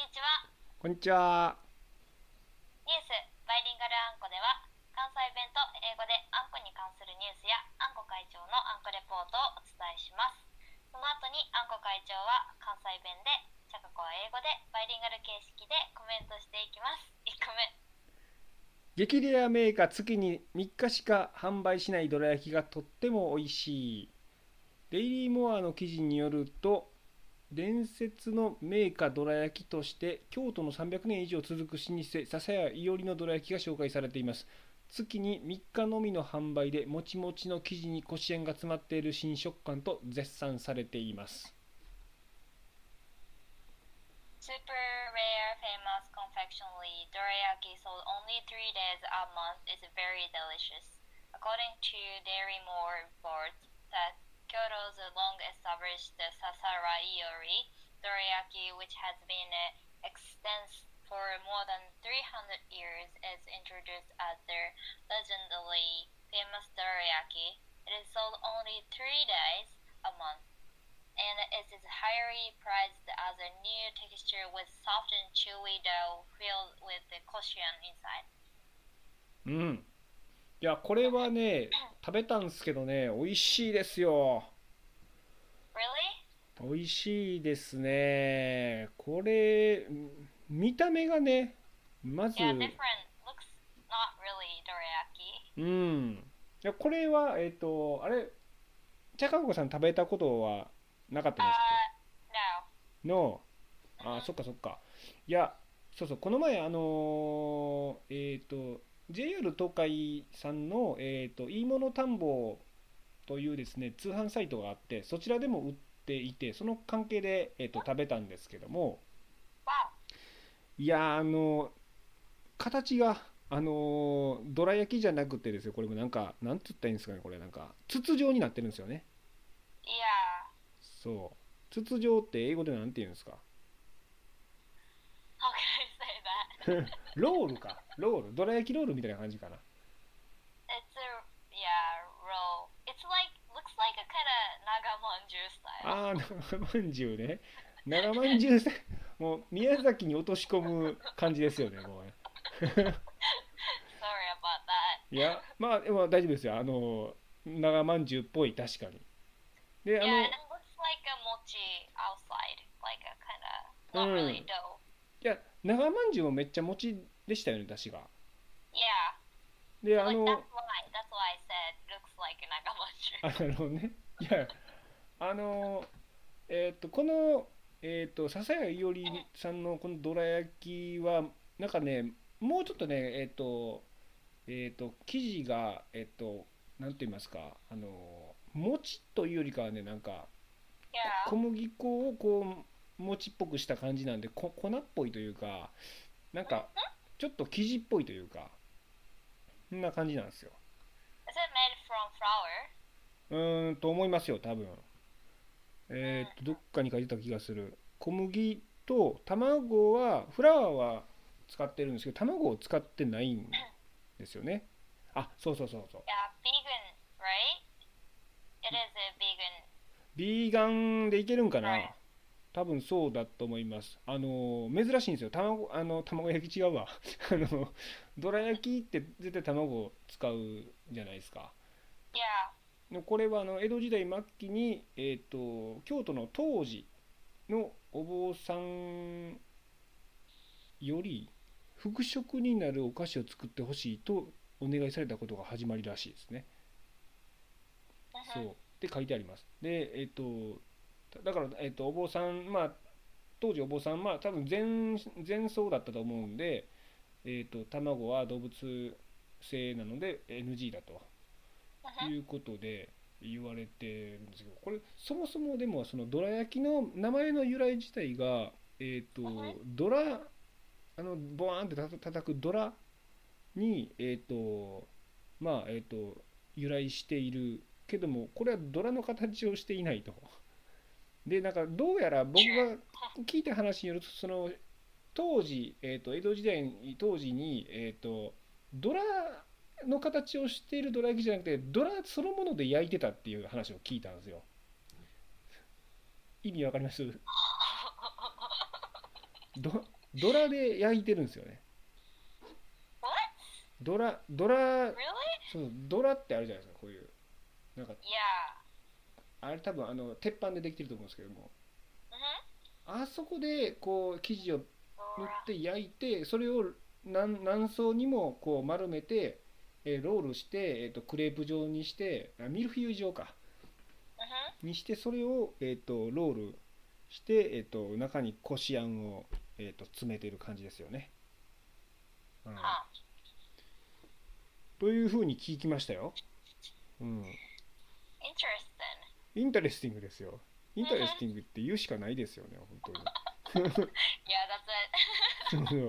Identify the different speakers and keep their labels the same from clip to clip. Speaker 1: こんにち
Speaker 2: ニュース
Speaker 1: は。
Speaker 2: バイリンガルあんこでは関西弁と英語であんこに関するニュースやあんこ会長のあんこレポートをお伝えしますその後にあんこ会長は関西弁でチャカ子は英語でバイリンガル形式でコメントしていきます1個目
Speaker 1: 激レアメーカー月に3日しか販売しないどら焼きがとっても美味しい。デイリーモアの記事によると、伝説の名家どら焼きとして京都の300年以上続く老舗笹屋いおりのどら焼きが紹介されています月に3日のみの販売でもちもちの生地にこしあんが詰まっている新食感と絶賛されています
Speaker 2: Super rare famous confectionery dorayaki sold only three days a month is very delicious. According to Dairy More reports that Kyoto's long established Sasara Iori dorayaki, which has been extant for more than 300 years, is introduced as the legendary famous dorayaki. It is sold only three days a month and it is highly prized as a new texture with soft and chewy dough filled with the cushion inside.
Speaker 1: うんいやこれはね食べたんですけどね美味しいですよ
Speaker 2: Really?
Speaker 1: 美味しいですねこれ見た目がねまず
Speaker 2: Yeah, different. Looks not really dorayaki.
Speaker 1: うん。いやこれは、えっ、と、あれ、茶か子さん食べたことはなかったんです
Speaker 2: Uh, no.
Speaker 1: けど、の、あー、そっかそっか。いや、そうそう、この前、あのーえっ、と、JR 東海さんの、えっ、と、いいもの探訪というですね、通販サイトがあって、そちらでも売っていて、その関係で、えっ、と、食べたんですけども、
Speaker 2: Wow.
Speaker 1: いやーあの形があのどら焼きじゃなくてですよこれもなんかなんつったらいいんですかねこれなんか筒状になってるんですよね
Speaker 2: Yeah.
Speaker 1: そう筒状って英語でなんて言うんですか
Speaker 2: How can I say that?
Speaker 1: ロールかロールどら焼きロールみたいな感じかな
Speaker 2: It's a yeah roll. It's like looks like a kind of nagamonju style.
Speaker 1: ああ長まんじゅうね長まんじゅうさもう宮崎に落とし込む感じですよねもうね
Speaker 2: Sorry about that.
Speaker 1: いやまあでも大丈夫ですよあの長まんじゅうっぽい確かにであ
Speaker 2: Yeah,
Speaker 1: の
Speaker 2: and it looks like a mochi outside, like a kind of not
Speaker 1: Mm.
Speaker 2: really dough.
Speaker 1: いや長まんじゅうもめっちゃ餅でしたよね確か
Speaker 2: Yeah,
Speaker 1: であ
Speaker 2: like
Speaker 1: の
Speaker 2: that's why that's why I said looks like an agamochi.
Speaker 1: あのね、いや、あの、えっと、この、えっと、笹谷いおりさんのこのどら焼きは、なんかね、もうちょっとね、えっと、えっと、生地が、えっと、なんて言いますか、あの、餅というよりかはね、なんか、
Speaker 2: Yeah,
Speaker 1: 小麦粉をこう、餅っぽくした感じなんで、こ粉っぽいというか、なんか、ちょっと生地っぽいというか、そんな感じなんですよ。
Speaker 2: is it made from flour?
Speaker 1: うーんと思いますよ、多分。えーっと、どっかに書いてた気がする。小麦と卵は、フラワーは使ってるんですけど、卵を使ってないんですよね。あ、そうそうそうそ
Speaker 2: Yeah,
Speaker 1: う。
Speaker 2: vegan, right? It is a vegan.
Speaker 1: ビーガンでいけるんか
Speaker 2: はい
Speaker 1: な多分そうだと思います。あのー、珍しいんですよ。卵、あの、卵焼き違うわ。 あの、どら焼きって絶対卵を使うじゃないですか。
Speaker 2: Yeah,
Speaker 1: のこれはあの江戸時代末期に、えー、と京都の当時のお坊さんより服飾になるお菓子を作ってほしいとお願いされたことが始まりらしいですね。そう
Speaker 2: mhm.
Speaker 1: って書いてあります。で、えっ、と、だから、えっ、と、お坊さん、まあ、当時お坊さん、まあ、多分全、全僧だったと思うんで、えっ、と、卵は動物性なので NG だと。
Speaker 2: Mhm.
Speaker 1: いうことで言われてるんですけどこれそもそもでもそのどら焼きの名前の由来自体がえっ、
Speaker 2: はい
Speaker 1: とドラあのボワーンってたた叩くドラにえっ、とまあえっ、と由来しているけどもこれはドラの形をしていないと。 でなんかどうやら僕が聞いた話によるとその当時、えー、と江戸時代に当時に、えー、とドラの形をしているどら焼きじゃなくてドラそのもので焼いてたっていう話を聞いたんですよ意味わかりますどドラで焼いてるんですよね
Speaker 2: What?
Speaker 1: ドラドラ
Speaker 2: Really?
Speaker 1: そうドラってあるじゃないですかこういうなんか
Speaker 2: Yeah.
Speaker 1: あれ多分あの鉄板でできてると思うんですけども
Speaker 2: Mm-hmm.
Speaker 1: あそこでこう生地を
Speaker 2: Dora.
Speaker 1: 塗って焼いてそれを何何層にもこう丸めて、えーロールして、えー、とクレープ状にしてあミルフィーユ状か
Speaker 2: Mm-hmm.
Speaker 1: にしてそれを、えー、とロールして、えー、と中にこしあんを、えー、と詰めてる感じですよね。うん
Speaker 2: Huh.
Speaker 1: というふうに聞きましたよ。うん、
Speaker 2: Interesting.
Speaker 1: インタレスティングですよ。インタレスティングって言うしかないですよね、本当に。
Speaker 2: Yeah, that's it.
Speaker 1: そうそう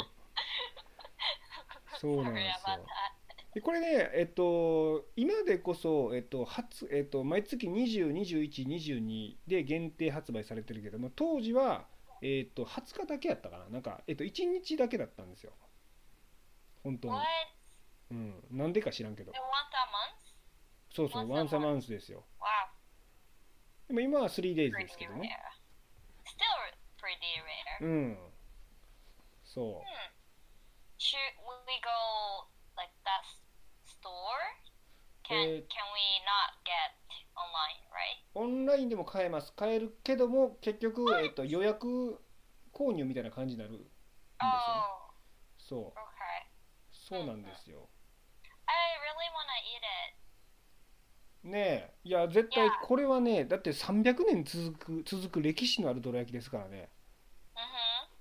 Speaker 1: そうなん
Speaker 2: Sorry
Speaker 1: ですよ
Speaker 2: about。that.
Speaker 1: でこれね、えっと、今でこそ、えっと初えっと、毎月20、21、22で限定発売されてるけども、当時は、えっと、20日だけやったかな、なんか、えっと、1日だけだったんですよ、本当に。
Speaker 2: What?
Speaker 1: うん、なんでか知らんけど
Speaker 2: They、want a month?
Speaker 1: そうそう、ワ
Speaker 2: ワ
Speaker 1: ン
Speaker 2: ン
Speaker 1: サ
Speaker 2: サ
Speaker 1: マ
Speaker 2: マ
Speaker 1: ンスですよ。
Speaker 2: Wow.
Speaker 1: でも今は 3days で
Speaker 2: Pretty
Speaker 1: すけど
Speaker 2: rare.
Speaker 1: ね。
Speaker 2: Still pretty rare.
Speaker 1: うん。そ
Speaker 2: Hmm. Should we go like that s- store? Can can
Speaker 1: Uh,
Speaker 2: we not get online, right?
Speaker 1: う、オンラインでも買えます、買えるけども、結局、えっと、予約購入みたいな感じになるんですよね。
Speaker 2: Oh,
Speaker 1: そう。
Speaker 2: okay.
Speaker 1: そうなんですよ。
Speaker 2: I really wanna eat it.
Speaker 1: ねえ、いや、絶対
Speaker 2: いや
Speaker 1: これはね、だって300年続く、続く歴史のあるどら焼きですからね、
Speaker 2: Mhm.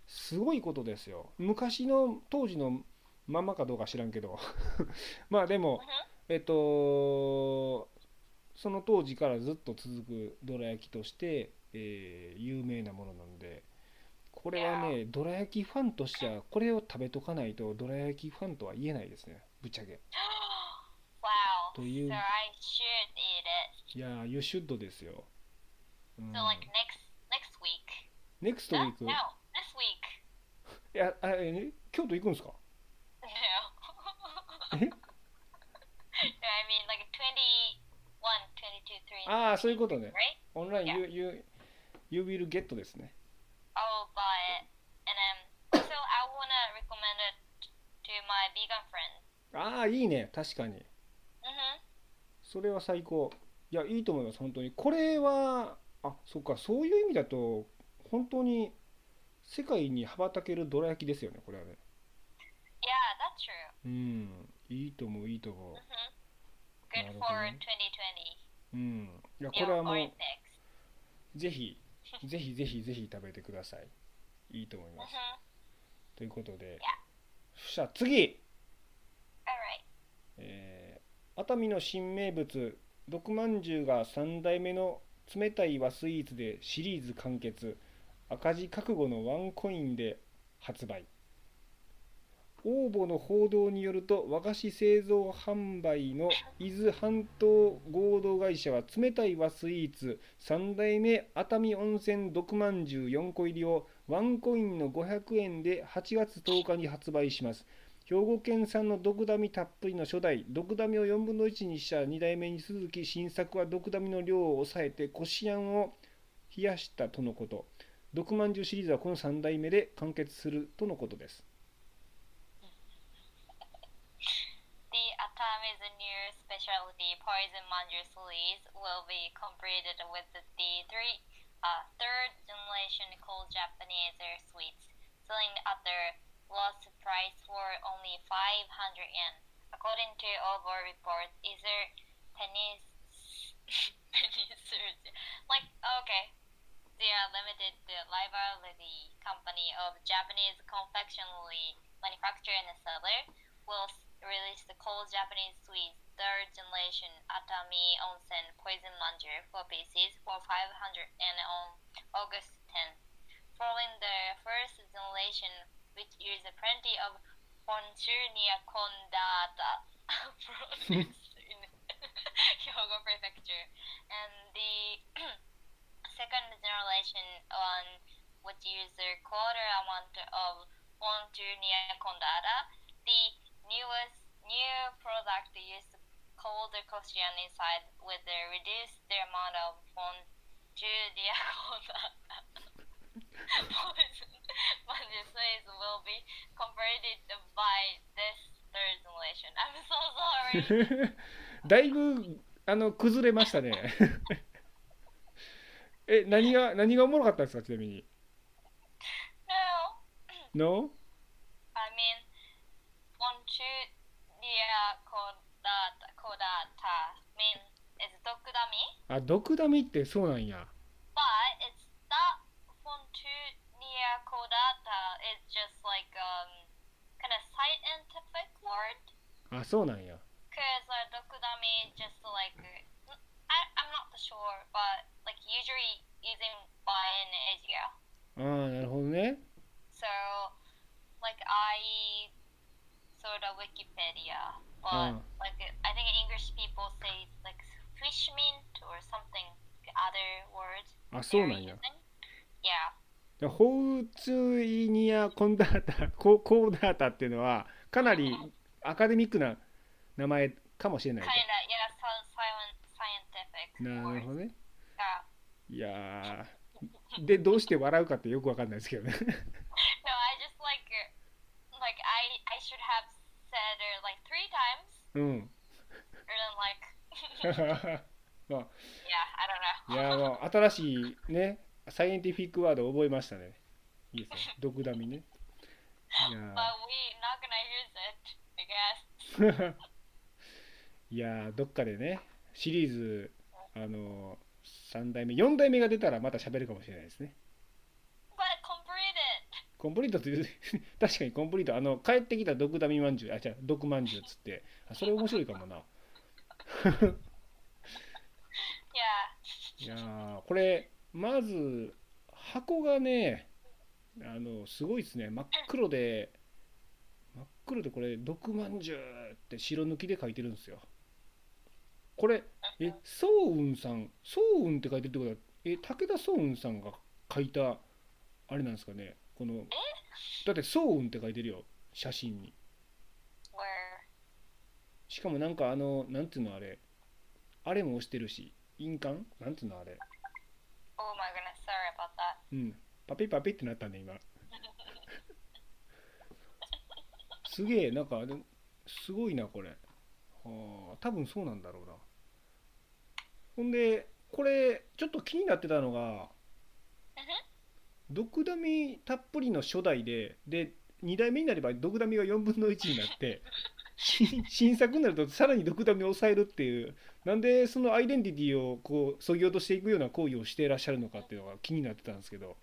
Speaker 1: すごいことですよ。昔の、当時のまんまかどうか知らんけど、 まあでも、
Speaker 2: Mhm.
Speaker 1: えっと、その当時からずっと続くどら焼きとして、えー有名なものなんで、これはね、どら焼きファンとしては、これを食べとかないと、どら焼きファンとは言えないですね、ぶっちゃけ。
Speaker 2: wow.
Speaker 1: という
Speaker 2: So、I should eat it.
Speaker 1: いやー、You should ですよ。うん
Speaker 2: So like next next week.
Speaker 1: next
Speaker 2: Huh?
Speaker 1: week
Speaker 2: No, this week.
Speaker 1: いやあえね京都行くんですか
Speaker 2: No.
Speaker 1: Eh?
Speaker 2: no, I mean like 21, 22, 3.
Speaker 1: ああそういうことね
Speaker 2: Right?
Speaker 1: オンライン
Speaker 2: Yeah.
Speaker 1: you, you, you will get ですね
Speaker 2: I'll buy it. Oh, And um, so I wanna recommend it to my vegan friend.
Speaker 1: ああいいね確かに
Speaker 2: Mhm.
Speaker 1: それは最高いやいいと思います本当にこれはあそっかそういう意味だと本当に世界に羽ばたけるどら焼きですよねこれはね
Speaker 2: Yeah, that's true.
Speaker 1: うんいいと思ういいと思
Speaker 2: Mhm. Good
Speaker 1: Yeah,
Speaker 2: for 2020.
Speaker 1: okay. ううんいやこ
Speaker 2: Yeah,
Speaker 1: れはも
Speaker 2: Olympics.
Speaker 1: うぜひぜひぜひぜひ食べてくださいいいと思います
Speaker 2: Mhm.
Speaker 1: ということでさあ次
Speaker 2: All right.
Speaker 1: えー熱海の新名物毒まんじゅうが3代目の冷たい和スイーツでシリーズ完結赤字覚悟のワンコインで発売応募の報道によると和菓子製造販売の伊豆半島合同会社は冷たい和スイーツ3代目熱海温泉毒まんじゅう4個入りをワンコインの500円で8月10日に発売します兵庫県産の毒ダミたっぷりの初代毒ダミを4分の1にした2代目に続き新作は毒ダミの量を抑えてこしあんを冷やしたとのこと毒まんじゅうシリーズはこの3代目で完結するとのことです
Speaker 2: The Atami's new specialty poison manju sleeves will be completed with the three, uh, third generation cold Japanese air sweets, selling at their lowest price for only 500 yen. According to over reports, either pennies, pennies, like, okay. They are limited to liability company of Japanese confectionery manufacturer and seller will s- release the cold Japanese sweet third generation Atami Onsen Poison Manju for pieces for 500 and on August 10th, following the first generation, which used plenty of Ponchunia Condata products in Hyogo Prefecture, and the second generation one, which used a quarter amount of Ponchunia Condata. The newest new product used cold cushion inside with the reduced the amount of fonduria cola. Poison manju will created by this translation. I'm so sorry.
Speaker 1: だいぶあの崩れましたね え何が何がおもろかったんですかちなみに
Speaker 2: no,
Speaker 1: No?
Speaker 2: I mean, onchu dia kodata kodata mean is dokudami,
Speaker 1: あ毒ダミってそうなんや
Speaker 2: but it's that onchu dia kodata is just like um kind of scientific word.
Speaker 1: あそうなんや
Speaker 2: Cause uh, dokudami is just like I I'm not sure, but like usually using by in Asia.
Speaker 1: ああなるほどね
Speaker 2: So like I sort of Wikipedia, but
Speaker 1: Ah.
Speaker 2: like I think English people say like fish mint or something other word.
Speaker 1: あそう
Speaker 2: they're
Speaker 1: なんや
Speaker 2: using. Yeah.
Speaker 1: でホウツイニア・コンダータココーダータっていうのはかなりアカデミックな名前かもしれない
Speaker 2: Kind of yeah, so, silent scientific
Speaker 1: となる
Speaker 2: word.
Speaker 1: ほどね
Speaker 2: Yeah.
Speaker 1: いやーでどうして笑うかってよくわかんないですけどね
Speaker 2: No, I just like like I I should have said it like three times
Speaker 1: うん
Speaker 2: or then like
Speaker 1: まあ
Speaker 2: yeah, I don't know.
Speaker 1: いやもう新しいねサイエンティフィックワード覚えましたねいいですね毒ダミねいや
Speaker 2: But we not gonna use it, I guess.
Speaker 1: ーいやーどっかでねシリーズあの3代目4代目が出たらまた喋るかもしれないですね
Speaker 2: But complete it.
Speaker 1: コンプリートって 確かにコンプリートあの帰ってきた毒ダミまんじゅうあ違う毒まんじゅうっつってあそれ面白いかもな
Speaker 2: Yeah.
Speaker 1: いやーこれまず箱がねあのすごいですね真っ黒で真っ黒でこれ「毒まんじゅう」って白抜きで書いてるんですよこれえ早雲さん早雲って書いてるってことはえ武田早雲さんが書いたあれなんですかねこのだって早雲って書いてるよ写真に
Speaker 2: Where?
Speaker 1: しかもなんかあのなんていうのあれあれも押してるし印鑑なんていうのあれ
Speaker 2: Oh my goodness, sorry about that.
Speaker 1: うん、パピパピってなったね今 すげえなんかでもすごいなこれはあ多分そうなんだろうなほんでこれちょっと気になってたのが毒ダミたっぷりの初代でで2代目になれば毒ダミが4分の1になって新新作になるとさらに毒ダミを抑えるっていうなんでそのアイデンティティをこう削ぎ落としていくような行為をしていらっしゃるのかっていうのが気になってたんですけど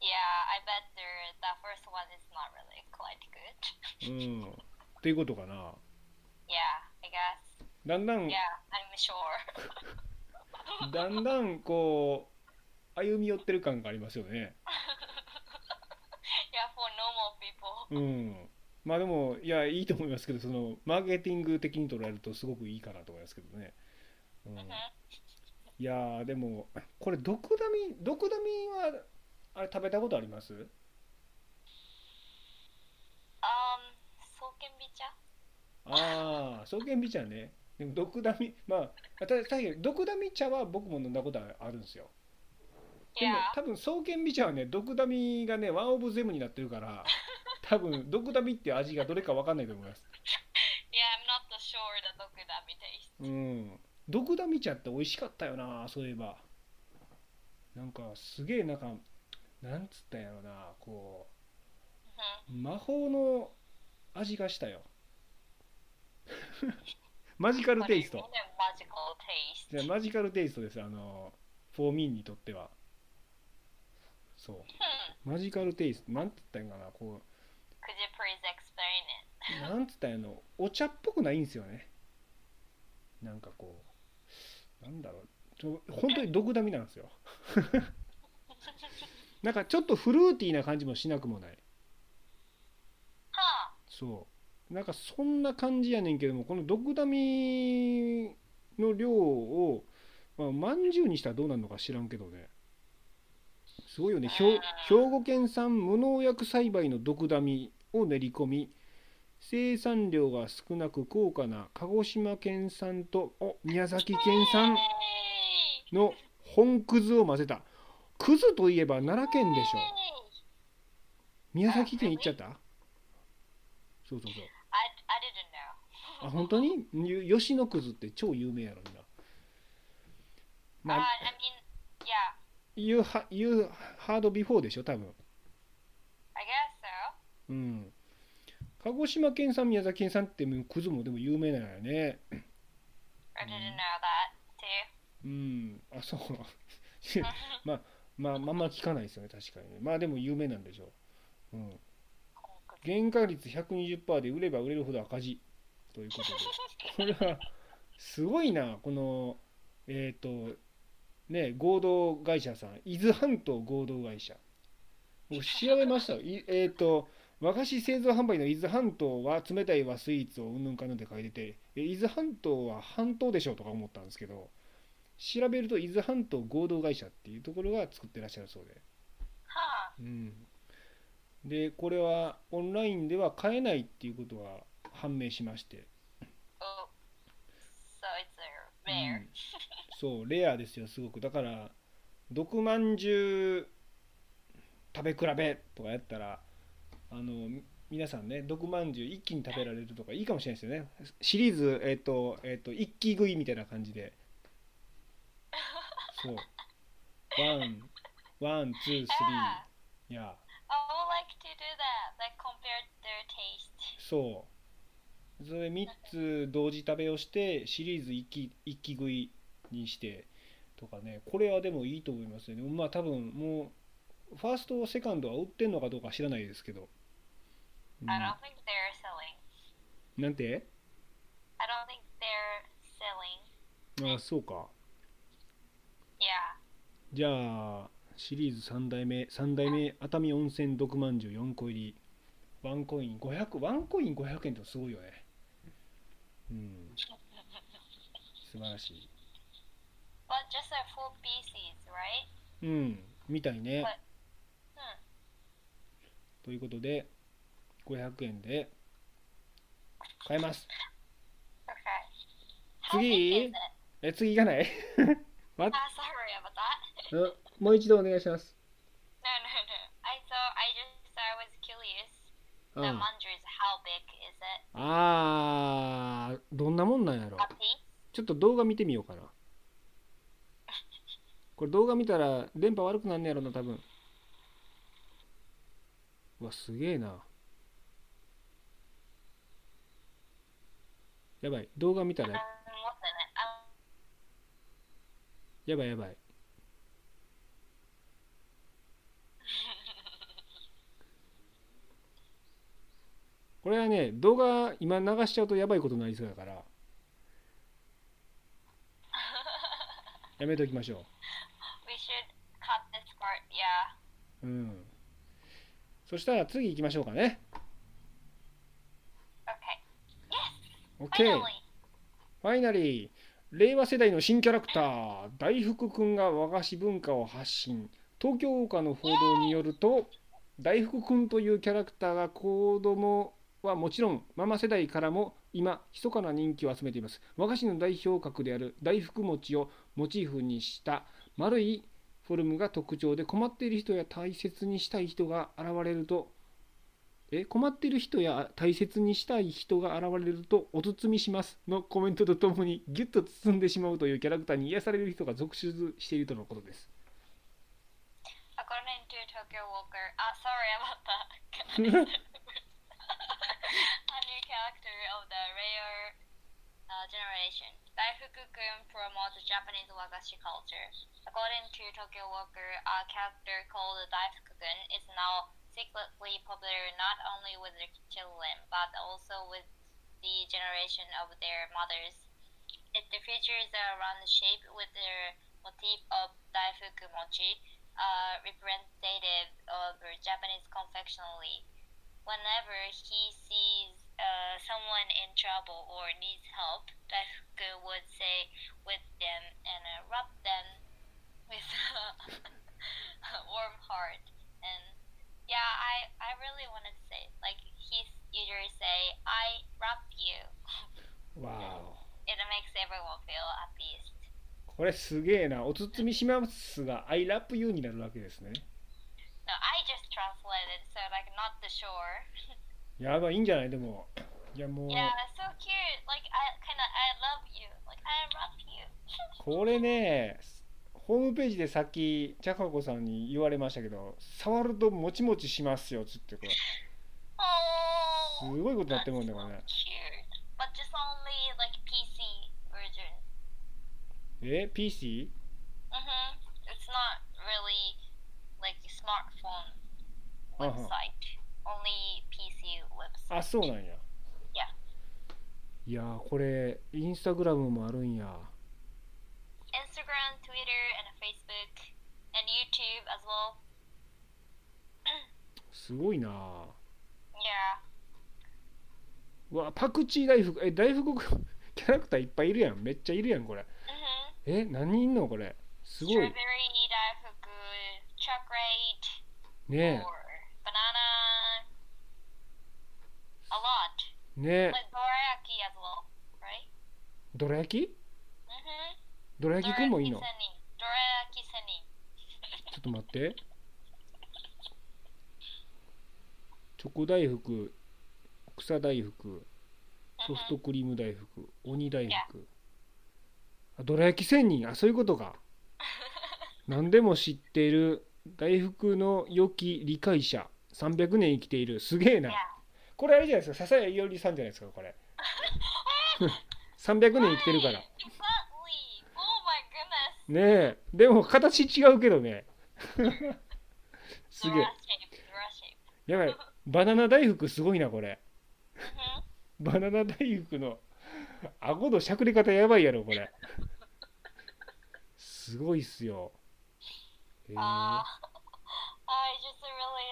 Speaker 2: Yeah, I bet there that first one is not really quite good.
Speaker 1: うんっていうことかな
Speaker 2: Yeah, I guess.
Speaker 1: だんだん
Speaker 2: Yeah, I'm sure.
Speaker 1: だんだんこう歩み寄ってる感がありますよね
Speaker 2: yeah, for normal people.
Speaker 1: うんまあでもいやいいと思いますけどそのマーケティング的に捉えるとすごくいいかなと思いますけどね、うん、い
Speaker 2: Mhm.
Speaker 1: やーでもこれ毒ダミ毒ダミはあれ食べたことあります
Speaker 2: Um, sokenbicha.
Speaker 1: ああ草原美茶ねでも毒ダミまあ私確かに毒ダミ茶は僕も飲んだことあるんですよでも
Speaker 2: Yeah.
Speaker 1: 多分双剣美茶はね毒ダミがねワンオブゼムになってるから多分毒ダミって味がどれか分かんないと思います
Speaker 2: Yeah, I'm not so sure the dokudami taste.
Speaker 1: うん毒ダミ茶って美味しかったよなそういえばなんかすげえなんかなんつったんやろなこ
Speaker 2: Mhm.
Speaker 1: う魔法の味がしたよ マジカル
Speaker 2: What
Speaker 1: テ
Speaker 2: do
Speaker 1: イ
Speaker 2: you
Speaker 1: スト
Speaker 2: mean a magical taste?
Speaker 1: じゃあマジカルテイストですあのフォーミンにとってはそう
Speaker 2: Hmm.
Speaker 1: マジカルテイストなんつったんやろなこう
Speaker 2: Could you please explain it?
Speaker 1: なんつったんやのお茶っぽくないんですよねなんかこうなんだろうちょ本当に毒ダミなんですよ なんかちょっとフルーティーな感じもしなくもない
Speaker 2: Huh.
Speaker 1: そうなんかそんな感じやねんけどもこの毒ダミの量をまあまんじゅうにしたらどうなるのか知らんけどねすごいよね兵兵庫県産無農薬栽培の毒ダミを練り込み生産量が少なく高価な鹿児島県産とお宮崎県産
Speaker 2: Yay!
Speaker 1: の本くずを混ぜたくずといえば奈良県でしょ
Speaker 2: Yay!
Speaker 1: 宮崎県行っちゃったそうそうそう
Speaker 2: I, I didn't know.
Speaker 1: あ本当にゆ吉野くずって超有名やろになま
Speaker 2: Uh,
Speaker 1: あ
Speaker 2: I mean, yeah,
Speaker 1: You, ha- you heard before でしょ多分
Speaker 2: I guess so.
Speaker 1: うん鹿児島県産宮崎県産ってもうくずもでも有名なんよね
Speaker 2: I
Speaker 1: Mm.
Speaker 2: didn't know that too.
Speaker 1: うんあそう まあまあんま聞かないですよね確かにねまあでも有名なんでしょう、うん、原価率120%で売れば売れるほど赤字ということでこれはすごいなこのえっ、とね合同会社さん伊豆半島合同会社もう調べましたよいえっ、と和菓子製造販売の伊豆半島は冷たい和スイーツをうんぬんかんぬんって書いててえ伊豆半島は半島でしょうとか思ったんですけど調べると伊豆半島合同会社っていうところが作ってらっしゃるそうで
Speaker 2: Huh.
Speaker 1: うん、でこれはオンラインでは買えないっていうことが判明しまして、
Speaker 2: Oh. So it's uh,
Speaker 1: うん
Speaker 2: rare.
Speaker 1: そうレアですよすごくだから毒まんじゅう食べ比べとかやったらあのみ皆さんね毒まんじゅう一気に食べられるとかいいかもしれないですよねシリーズえっ、とえっ、と一気食いみたいな感じでそうワンワンツースリー
Speaker 2: Yeah.
Speaker 1: いや
Speaker 2: Ah, I would like to do that. Like compare their taste.
Speaker 1: そうそれ3つ同時食べをしてシリーズ一気一気食いにしてとかねこれはでもいいと思いますよねまあ多分もうファーストセカンドは売ってんのかどうか知らないですけど、うん
Speaker 2: I don't think they're selling.
Speaker 1: なんて
Speaker 2: I don't think they're selling.
Speaker 1: あそうか
Speaker 2: Yeah.
Speaker 1: じゃあシリーズ3代目3代目熱海温泉毒まんじゅう4個入りワンコイン500ワンコイン500円ってすごいよねうん素晴らしい
Speaker 2: But just a full pieces, right? Hmm,
Speaker 1: うんみたいね、
Speaker 2: はいうん
Speaker 1: ということで500円で買えます
Speaker 2: Okay.
Speaker 1: Three.
Speaker 2: big is it?
Speaker 1: え次行かない
Speaker 2: Ah, sorry about that.
Speaker 1: うんもう一度お願いします
Speaker 2: No, no, no. I thought I just I was curious.
Speaker 1: う
Speaker 2: The
Speaker 1: ん
Speaker 2: mandarin's how big is it?
Speaker 1: あーどんなもんなんやろ
Speaker 2: A piece?
Speaker 1: ちょっと動画見てみようかなこれ動画見たら電波悪くなんねやろな多分うわすげえなやばい動画見た
Speaker 2: Um,
Speaker 1: ら
Speaker 2: what's in it? Um,
Speaker 1: やばいやばいこれはね動画今流しちゃうとやばいことになりそうやからやめておきましょ
Speaker 2: we should cut this part. Yeah.
Speaker 1: ううんそしたら次行きましょうかね
Speaker 2: Okay.
Speaker 1: OK
Speaker 2: Finally.
Speaker 1: ファイナリー令和世代の新キャラクター大福くんが和菓子文化を発信東京岡の報道によると大福くんというキャラクターが子供はもちろんママ世代からも今密かな人気を集めています和菓子の代表格である大福餅をモチーフにした丸いフォルムが特徴で困っている人や大切にしたい人が現れるとえ困っている人や大切にしたい人が現れるとお包みしますのコメントとともにギュッと包んでしまうというキャラクターに癒される人が続出しているとのことです。
Speaker 2: According to Tokyo Walker, ah, sorry about that. A new character of the rare uh, generation. Daifuku-kun promotes Japanese wagashi culture. According to Tokyo Walker, a character called Daifuku-kun is now secretly popular not only with the children, but also with the generation of their mothers. It features a round shape with the motif of Daifuku mochi, a uh, representative of Japanese confectionery. Whenever he sees uh, someone in trouble or needs help, Daifuku would say with them and uh, rub them with a warm heart. And yeah, I, I really wanted to say, like, he's usually say, I rub you.
Speaker 1: わお
Speaker 2: It makes everyone feel at peace.
Speaker 1: これすげえな。お包みしますが、I love you になるわけですね。
Speaker 2: No, I just translated, so, like, not the sure.
Speaker 1: やばいいいんじゃないでもいやもう
Speaker 2: Yeah, so cute. Like I kind of I love you. Like I love you.
Speaker 1: これねホームページでさっきチャカ子さんに言われましたけど触るともちもちしますよっつってこれす
Speaker 2: Oh.
Speaker 1: ごいことになっ
Speaker 2: That's
Speaker 1: てるもんだ
Speaker 2: so
Speaker 1: からね
Speaker 2: cute. But just only like PC version.
Speaker 1: え PC?
Speaker 2: Mhm. It's not really like smartphone
Speaker 1: Uh-huh. Ah,
Speaker 2: website. Only PC website.
Speaker 1: あそうなんやい
Speaker 2: や
Speaker 1: やーこれインスタグラムもあるんや
Speaker 2: Instagram, Twitter, and Facebook, and YouTube as well.
Speaker 1: すごいなあ
Speaker 2: Yeah.
Speaker 1: うわパクチー大福え大福 キャラクターいっぱいいるやんめっちゃいるやんこれ
Speaker 2: Mhm.
Speaker 1: え何人いんのこれすごい
Speaker 2: Strawberry, daifuku, chocolate.
Speaker 1: ね
Speaker 2: or banana. A lot.
Speaker 1: えねえ
Speaker 2: Like dorayaki as well, right?
Speaker 1: どら焼き
Speaker 2: Mm-hmm.
Speaker 1: どら焼きくんもいいの
Speaker 2: seni. Dorayaki seni.
Speaker 1: ちょっと待って。チョコ大福、草大福、
Speaker 2: Mm-hmm.
Speaker 1: ソフトクリーム大福、鬼大福。あ、どら焼き仙人。あ、そういうことか。何でも知ってる大福の良き理解者。300年生きている。すげえな。これあれじゃないですか。笹谷伊織さんじゃないですか、これ。300年生きてるから。ね
Speaker 2: Exactly. Oh my goodness.
Speaker 1: え。でも形違うけどね。すげ
Speaker 2: Dora。shape. Dora
Speaker 1: え
Speaker 2: shape.
Speaker 1: やばい。バナナ大福すごいな、これ。
Speaker 2: Mm-hmm.
Speaker 1: バナナ大福の顎のしゃくり方やばいやろこれすごいっすよへえ
Speaker 2: Uh, I just really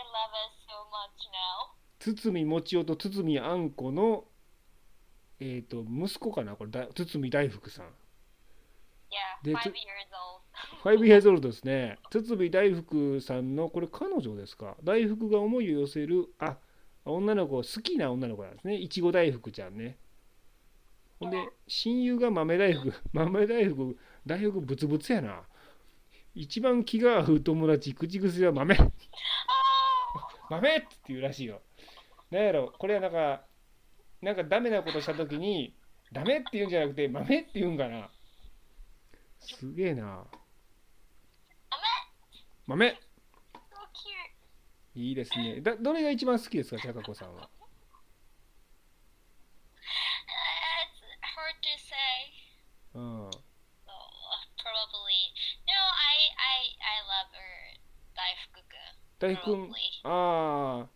Speaker 2: love it so much now.
Speaker 1: 堤もちおと堤あんこのえっ、と息子かなこれだ堤大福さん
Speaker 2: Yeah,
Speaker 1: Did
Speaker 2: five
Speaker 1: you-
Speaker 2: years old.
Speaker 1: 5 years old ですね堤大福さんのこれ彼女ですか大福が思いを寄せるあ女の子好きな女の子なんですねいちご大福ちゃんねほんで親友が豆大福 豆大福大福ブツブツやな一番気が合う友達口癖は豆
Speaker 2: Oh,
Speaker 1: 豆って言うらしいよなんやろこれはなんかなんかダメなことした時にダメって言うんじゃなくて豆って言うんかなすげえな豆
Speaker 2: so cute.
Speaker 1: いいですね。だどれが一番好きですか、ちゃかこさんは。
Speaker 2: Uh, it's hard to say.
Speaker 1: うん、
Speaker 2: Oh, probably. No, I I I love her Daifuku.
Speaker 1: 大福くん、
Speaker 2: Probably.
Speaker 1: ああ、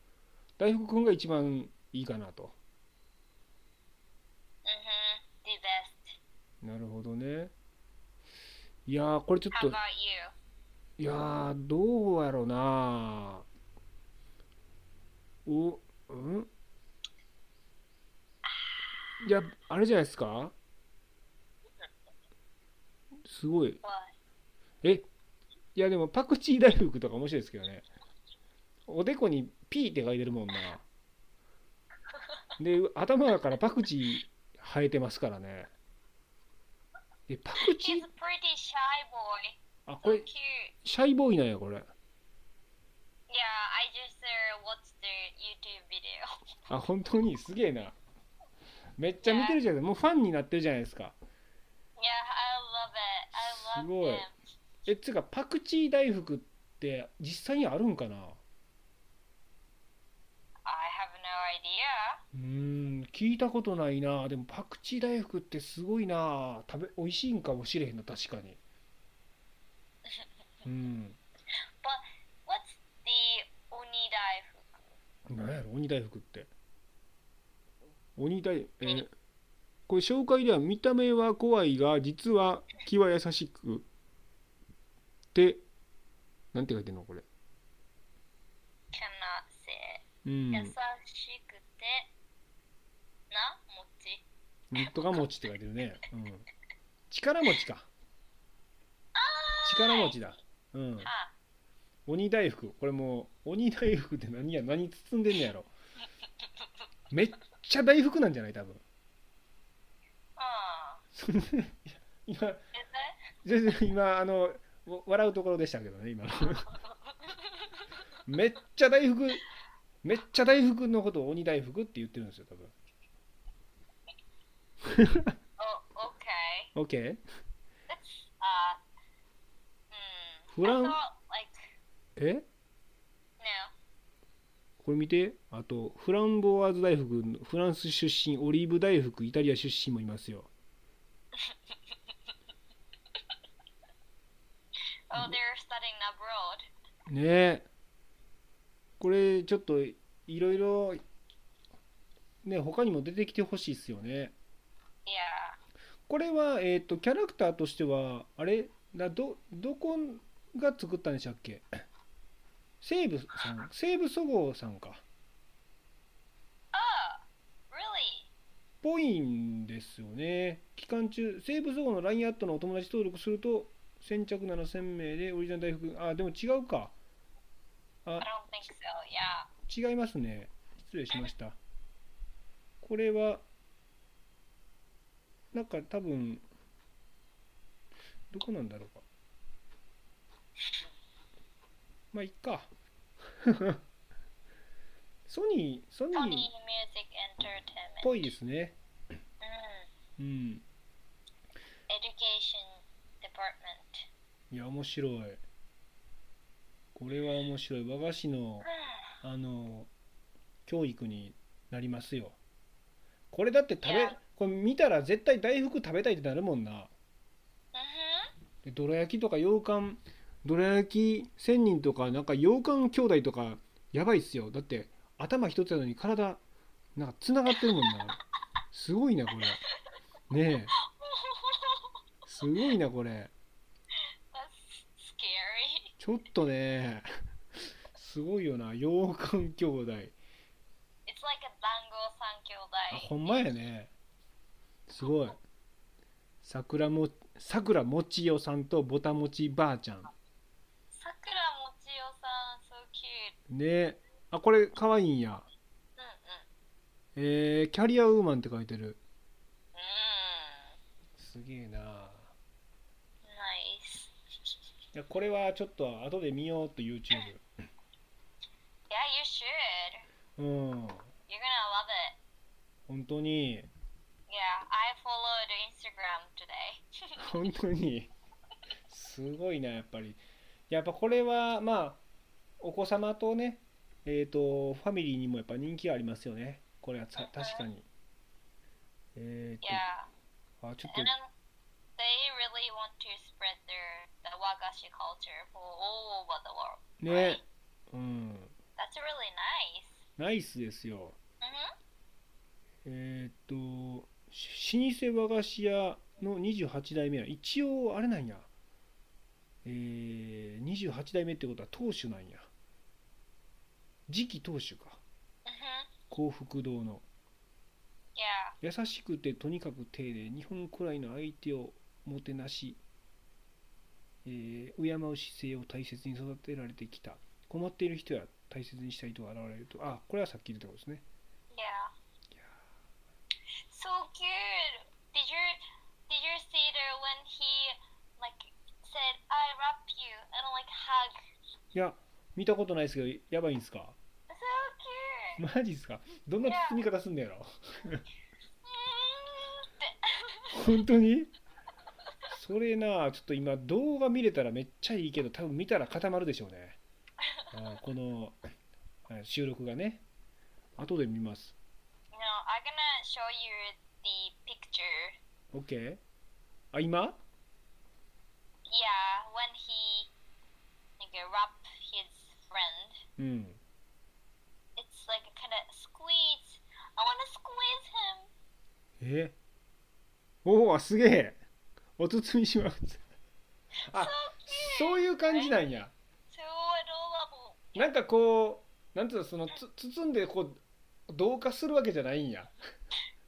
Speaker 1: 大福くんが一番いいかなと。
Speaker 2: Mhm. The best.
Speaker 1: なるほどね。いやー、これちょっ
Speaker 2: How
Speaker 1: と、
Speaker 2: about you?
Speaker 1: いやー、どうやろうなお、うんいや、あれじゃないですかすごい。
Speaker 2: What?
Speaker 1: いやでもパクチー大福とか面白いですけどねおでこに P って書いてるもんなで頭からパクチー生えてますからねえパクチ
Speaker 2: He's
Speaker 1: ー
Speaker 2: a pretty shy boy.
Speaker 1: あこ
Speaker 2: So
Speaker 1: れ
Speaker 2: cute.
Speaker 1: シャイボーイなんやこれ
Speaker 2: Yeah, I just uh, watched the YouTube video.
Speaker 1: あ本当にすげえなめっちゃ見てるじゃないもうファンになってるじゃないですか
Speaker 2: Yeah, I love it. I love
Speaker 1: すごい。
Speaker 2: him.
Speaker 1: えつうかパクチー大福って実際にあるんかな
Speaker 2: I have no idea.
Speaker 1: うーん聞いたことないなでもパクチー大福ってすごいな食べ美味しいんかもしれへんな確か にうん、
Speaker 2: What's the onidai?
Speaker 1: なんやろ鬼大福って鬼大えーこれ紹介では見た目は怖いが実は気は優しくってなんて書いてんのこれ
Speaker 2: Cannot say.
Speaker 1: うん
Speaker 2: 優しくてなもち。
Speaker 1: なんとか持ちって書いてるね、うん、力持ちか力持ちだうん
Speaker 2: あ、
Speaker 1: 鬼大福これもう鬼大福って何や何包んでんのやろめっちゃ大福なんじゃない多分
Speaker 2: うん。
Speaker 1: 今
Speaker 2: Is it?
Speaker 1: 全然今あの わ笑うところでしたけどね今めっちゃ大福めっちゃ大福のことを鬼大福って言ってるんですよ多分
Speaker 2: Oh, okay. That's
Speaker 1: OK?
Speaker 2: uh. Hmm.
Speaker 1: Flan-
Speaker 2: I thought like
Speaker 1: え
Speaker 2: no.
Speaker 1: これ見てあとフランボワーズ大福フランス出身オリーブ大福イタリア出身もいますよ
Speaker 2: Oh, they're studying abroad.
Speaker 1: ねえこれちょっといろいろね他にも出てきてほしいですよね
Speaker 2: Yeah.
Speaker 1: これはえっ、とキャラクターとしてはあれだどどこが作ったんでしたっけ西武さん西武そごうさんか
Speaker 2: Oh, really?
Speaker 1: ぽいんですよね期間中西武総合の LINE アットのお友達登録すると先着7000名でオリジナル大福あでも違うか
Speaker 2: I don't think so. Yeah.
Speaker 1: 違いますね失礼しましたこれはなんか多分どこなんだろうかまあいっ かソニーソニーっ
Speaker 2: Sony Music Entertainment.
Speaker 1: ぽいですね
Speaker 2: Mm.
Speaker 1: うん
Speaker 2: Education Department.
Speaker 1: いや、面白い。これは面白い。和菓子の、あの、教育になりますよ。これだって食
Speaker 2: い
Speaker 1: べ
Speaker 2: や、
Speaker 1: これ見たら絶対大福食べたいってなるもんな。
Speaker 2: Mhm.
Speaker 1: で、どら焼きとか羊羹、どら焼き仙人とか、なんか羊羹兄弟とか、やばいっすよ。だって、頭一つなのに体、なんか繋がってるもんな。すごいな、これ。ねえ、すごいな、これ。
Speaker 2: That's scary.
Speaker 1: ちょっとね、すごいよな、洋館兄弟。
Speaker 2: It's like a dango sankyodai.
Speaker 1: あ、ほんまやね。すごい。桜も、桜もちよさんとぼたもちばあちゃん。
Speaker 2: Sakura Mochiyo san, so cute.
Speaker 1: ねあ、これかわいいんや。
Speaker 2: Mm-mm.
Speaker 1: えー、キャリアウーマンって書いてる。
Speaker 2: Mm.
Speaker 1: すげえな。
Speaker 2: Nice.
Speaker 1: いや、これはちょっと後で見ようと YouTube。
Speaker 2: Yeah, you should.
Speaker 1: うん。
Speaker 2: You're gonna love it.
Speaker 1: 本当に、
Speaker 2: Yeah, I followed Instagram today.
Speaker 1: 本当に。すごいな、やっぱり。やっぱこれは、まあ、お子様とね、えっ、と、ファミリーにもやっぱ人気がありますよね。これはさ確かに。え
Speaker 2: Yeah,
Speaker 1: っ、と、あ、ちょっと
Speaker 2: and、then they really want to spread their the wagashi culture for all over the world.
Speaker 1: ね
Speaker 2: right?、
Speaker 1: うん、
Speaker 2: That's really nice.
Speaker 1: ナイスですよ。
Speaker 2: Mhm.
Speaker 1: えっ、と、し老舗和菓子屋の28代目は、一応、あれなんや。えー、28代目ってことは当主なんや。次期当主か。
Speaker 2: Mhm.
Speaker 1: 幸福堂の。
Speaker 2: Yeah.
Speaker 1: 優しくてとにかく丁寧日本くらいの相手をもてなし、えー敬う姿勢を大切に育てられてきた困っている人や大切にしたい人が現れるとあこれはさっき言ったことですね
Speaker 2: Yeah. So cute. Did you did you see there when he like said I wrap you and like hug?
Speaker 1: いや見たことないですけどやばいんですか
Speaker 2: So cute.
Speaker 1: マジですかどんな包み方すんだやろ
Speaker 2: Mm, って
Speaker 1: 本当にそれなあちょっと今動画見れたらめっちゃいいけど多分見たら固まるでしょうねあーこのはい収録がね後で見ます
Speaker 2: no, I'm gonna show you the picture.
Speaker 1: OK あ今
Speaker 2: Yeah, when he like wrap his friend,
Speaker 1: うん。
Speaker 2: it's like kind of squeeze. I wanna squeeze him.
Speaker 1: えおお、すげえ。お包みします。あ
Speaker 2: So
Speaker 1: そうい
Speaker 2: cute.
Speaker 1: う感じなんや。
Speaker 2: So adorable.
Speaker 1: なんかこう、なんつうの、そのつ包んでこう、同化するわけじゃないんや。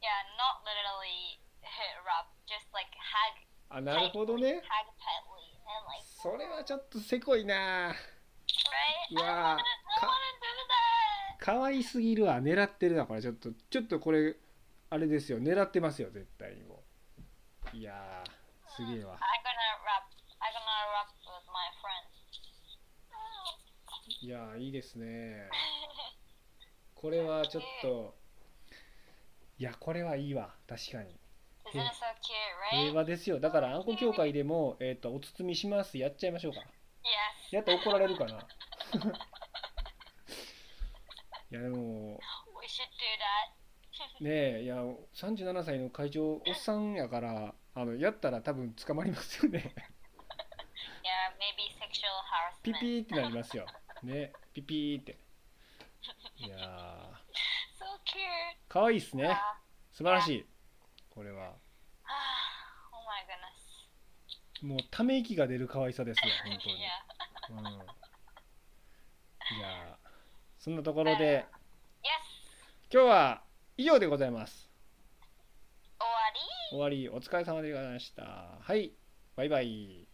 Speaker 2: Yeah, not literally wrap, just like hug
Speaker 1: あ、なるほどね。
Speaker 2: hug tightly and like
Speaker 1: それはちょっとせこいな。
Speaker 2: right. I wanna,
Speaker 1: Yeah,
Speaker 2: I wanna do
Speaker 1: cut.
Speaker 2: that.
Speaker 1: 可愛すぎるわ。狙ってるな、これ。ちょっと、ちょっとこれ、あれですよ。狙ってますよ、絶対にもう。いやー、すげえわ。
Speaker 2: I'm gonna rap. I'm gonna rap with my friends.
Speaker 1: いやー、いいですね。これはちょっといやこれはいいわ確かに
Speaker 2: Isn't it so cute,
Speaker 1: 平
Speaker 2: right?
Speaker 1: 和ですよだからあんこ協会でも、えっとお包みしますやっちゃいましょうか
Speaker 2: Yes.
Speaker 1: やったら怒られるかな いやでも
Speaker 2: We should do that.
Speaker 1: ねえいや37歳の会長おっさんやからあのやったら多分捕まりますよね
Speaker 2: Yeah, maybe sexual
Speaker 1: ピ
Speaker 2: harassment.
Speaker 1: ピーってなりますよねピピーっていやー
Speaker 2: So cute.
Speaker 1: 可愛いっすね
Speaker 2: Yeah.
Speaker 1: 素晴らしいこれは
Speaker 2: oh my goodness.
Speaker 1: もうため息が出る可愛さですよ本
Speaker 2: yeah.
Speaker 1: 当に、うん、いやーそんなところで
Speaker 2: Yes.
Speaker 1: 今日は以上でございます
Speaker 2: Owari.
Speaker 1: 終わりお疲れ様でございましたはいバイバイ